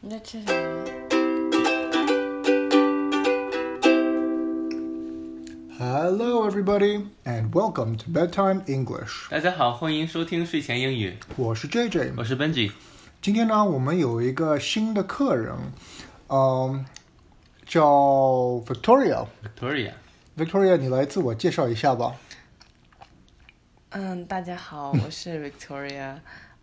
你在吃什么？ Hello, everybody, and welcome to Bedtime English. 大家好，欢迎收听睡前英语，我是 JJ。我是 Benji。今天呢，我们有一个新的客人，嗯，叫 Victoria。 Victoria， Victoria，你来自我介绍一下吧。嗯，大家好，我是 Victoria。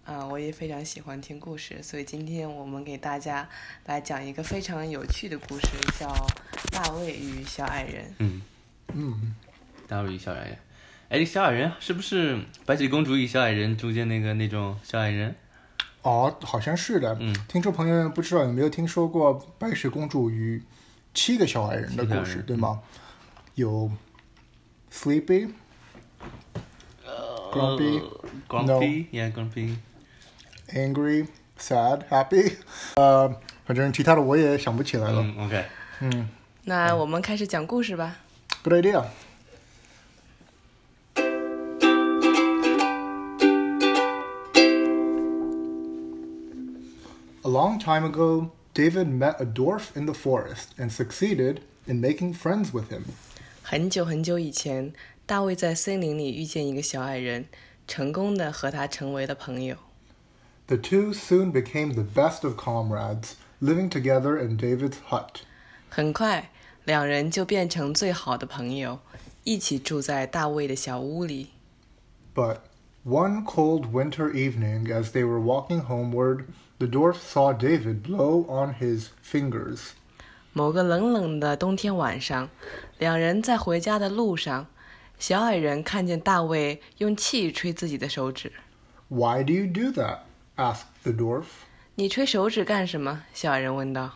嗯，我也非常喜欢听故事，所以今天我们给大家来讲一个非常有趣的故事，叫《大卫与小矮人嗯，嗯，大卫与小矮人，哎，小矮人是不是白雪公主与小矮人中间那个那种小矮人？哦，好像是的。嗯，听众朋友们不知道有没有听说过《白雪公主与七个小矮人》的七个小故矮事，人对吗？有 Sleepy，Grumpy 嗯呃 Grumpy，Yeah，Grumpy。 angry, sad, happy，呃，Um, 反正其他的我也想不起来了。嗯，OK，嗯》。那我们开始讲故事吧。 g o o d idea。A long time ago, David met a dwarf in the forest and succeeded in making friends with him. 很久很久以前，大卫在森林里遇见一个小矮人，成功的和他成为了朋友。 The two soon became the best of comrades, living together in David's hut. 很快，两人就变成最好的朋友，一起住在大卫的小屋里。 But one cold winter evening, as they were walking homeward, the dwarf saw David blow on his fingers. 某个冷冷的冬天晚上，两人在回家的路上，小矮人看见大卫用气吹自己的手指。 Why do you do that? asked the dwarf. 你吹手指干什么？小矮人问道。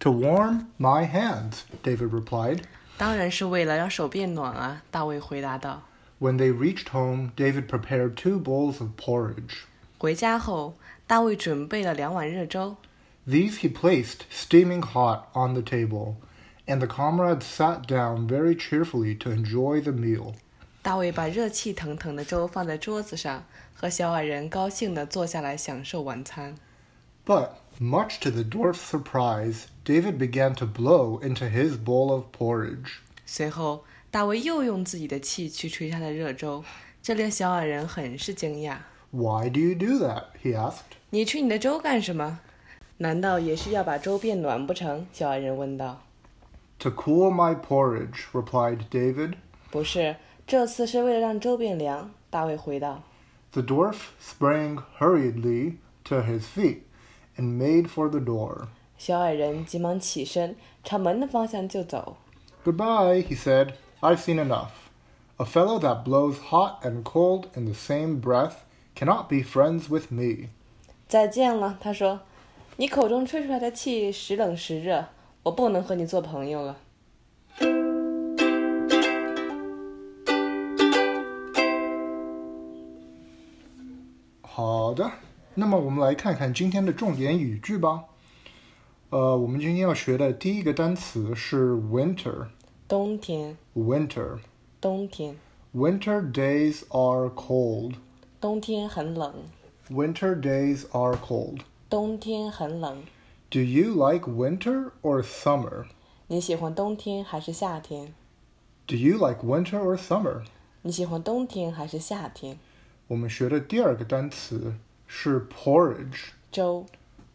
To warm my hands, David replied. 当然是为了让手变暖啊，大卫回答道。 When they reached home, David prepared two bowls of porridge. 回家后，大卫准备了两碗热粥， These he placed steaming hot on the table, and the comrades sat down very cheerfully to enjoy the meal. 大卫把热气腾腾的粥放在桌子上，和小矮人高兴地坐下来享受晚餐。 But, much to the dwarf's surprise, David began to blow into his bowl of porridge. 随后，大卫又用自己的气去吹他的热粥，这令小矮人很是惊讶。 Why do you do that? he asked. 你吃你的粥干什么？难道也是要把粥变暖不成？小矮人问道。 To cool my porridge, replied David. 不是，这次是为了让粥变凉。大卫回道。 The dwarf sprang hurriedly to his feet and made for the door. 小矮人急忙起身，朝门的方向就走。 Goodbye, he said. I've seen enough. A fellow that blows hot and cold in the same breath cannot be friends with me. 再见了，他说。你口中吹出来的气时冷时热，我不能和你做朋友了。好的，那么我们来看看今天的重点语句吧。呃，我们今天要学的第一个单词是 winter。冬天， Winter. 冬天， Winter days are cold. 冬天很冷， Winter days are cold. 冬天很冷。 Do you like winter or summer? 你喜欢冬天还是夏天？ Do you like winter or summer？你喜欢冬天还是夏天？我们学的第二个单词是 porridge。粥，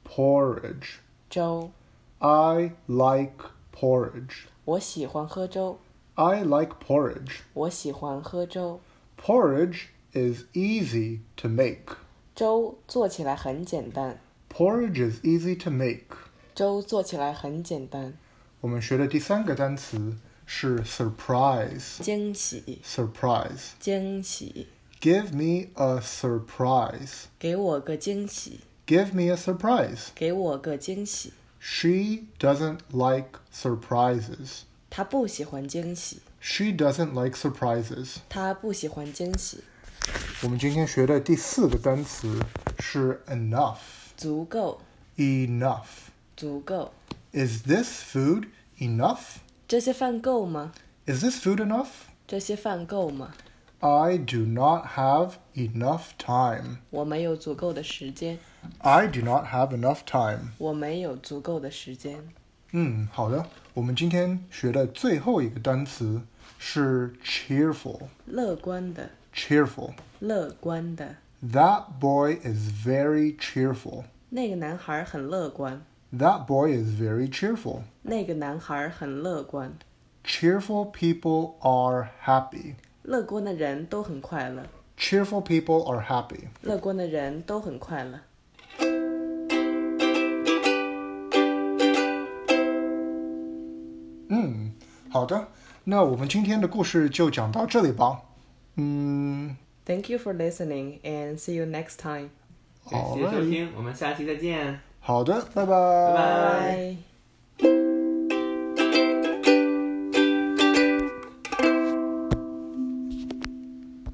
Porridge。粥， I like porridge. 我喜欢喝粥， I like porridge. 我喜欢喝粥。 Porridge is easy to make. 粥做起来很简单， Porridge is easy to make. 粥做起来很简单。我们学的第三个单词是 surprise。惊喜， Surprise. 惊喜， Give me a surprise. 给我个惊喜， Give me a surprise. 给我个惊喜。 She doesn't like surprises. 他不喜欢惊喜， She doesn't like surprises. 他不喜欢惊喜。我们今天学的第四个单词是 enough。足够， Enough. 足够。 Is this food enough? 这些饭够吗？ Is this food enough? 这些饭够吗？ I do not have enough time. 我没有足够的时间， I do not have enough time. 我没有足够的时间。嗯，好的。我们今天学的最后一个单词是 cheerful。乐观的， cheerful. 乐观的， That boy is very cheerful. 那个男孩很乐观， That boy is very cheerful. 那个男孩很乐观。 Cheerful people are happy. 乐观的人都很快乐， Cheerful people are happy. 乐观的人都很快乐。嗯，好的，那我们今天的故事就讲到这里吧。嗯， Thank you for listening and see you next time. 感好谢收嘞，听，我们下期再见，好的，拜拜拜拜。 Bye.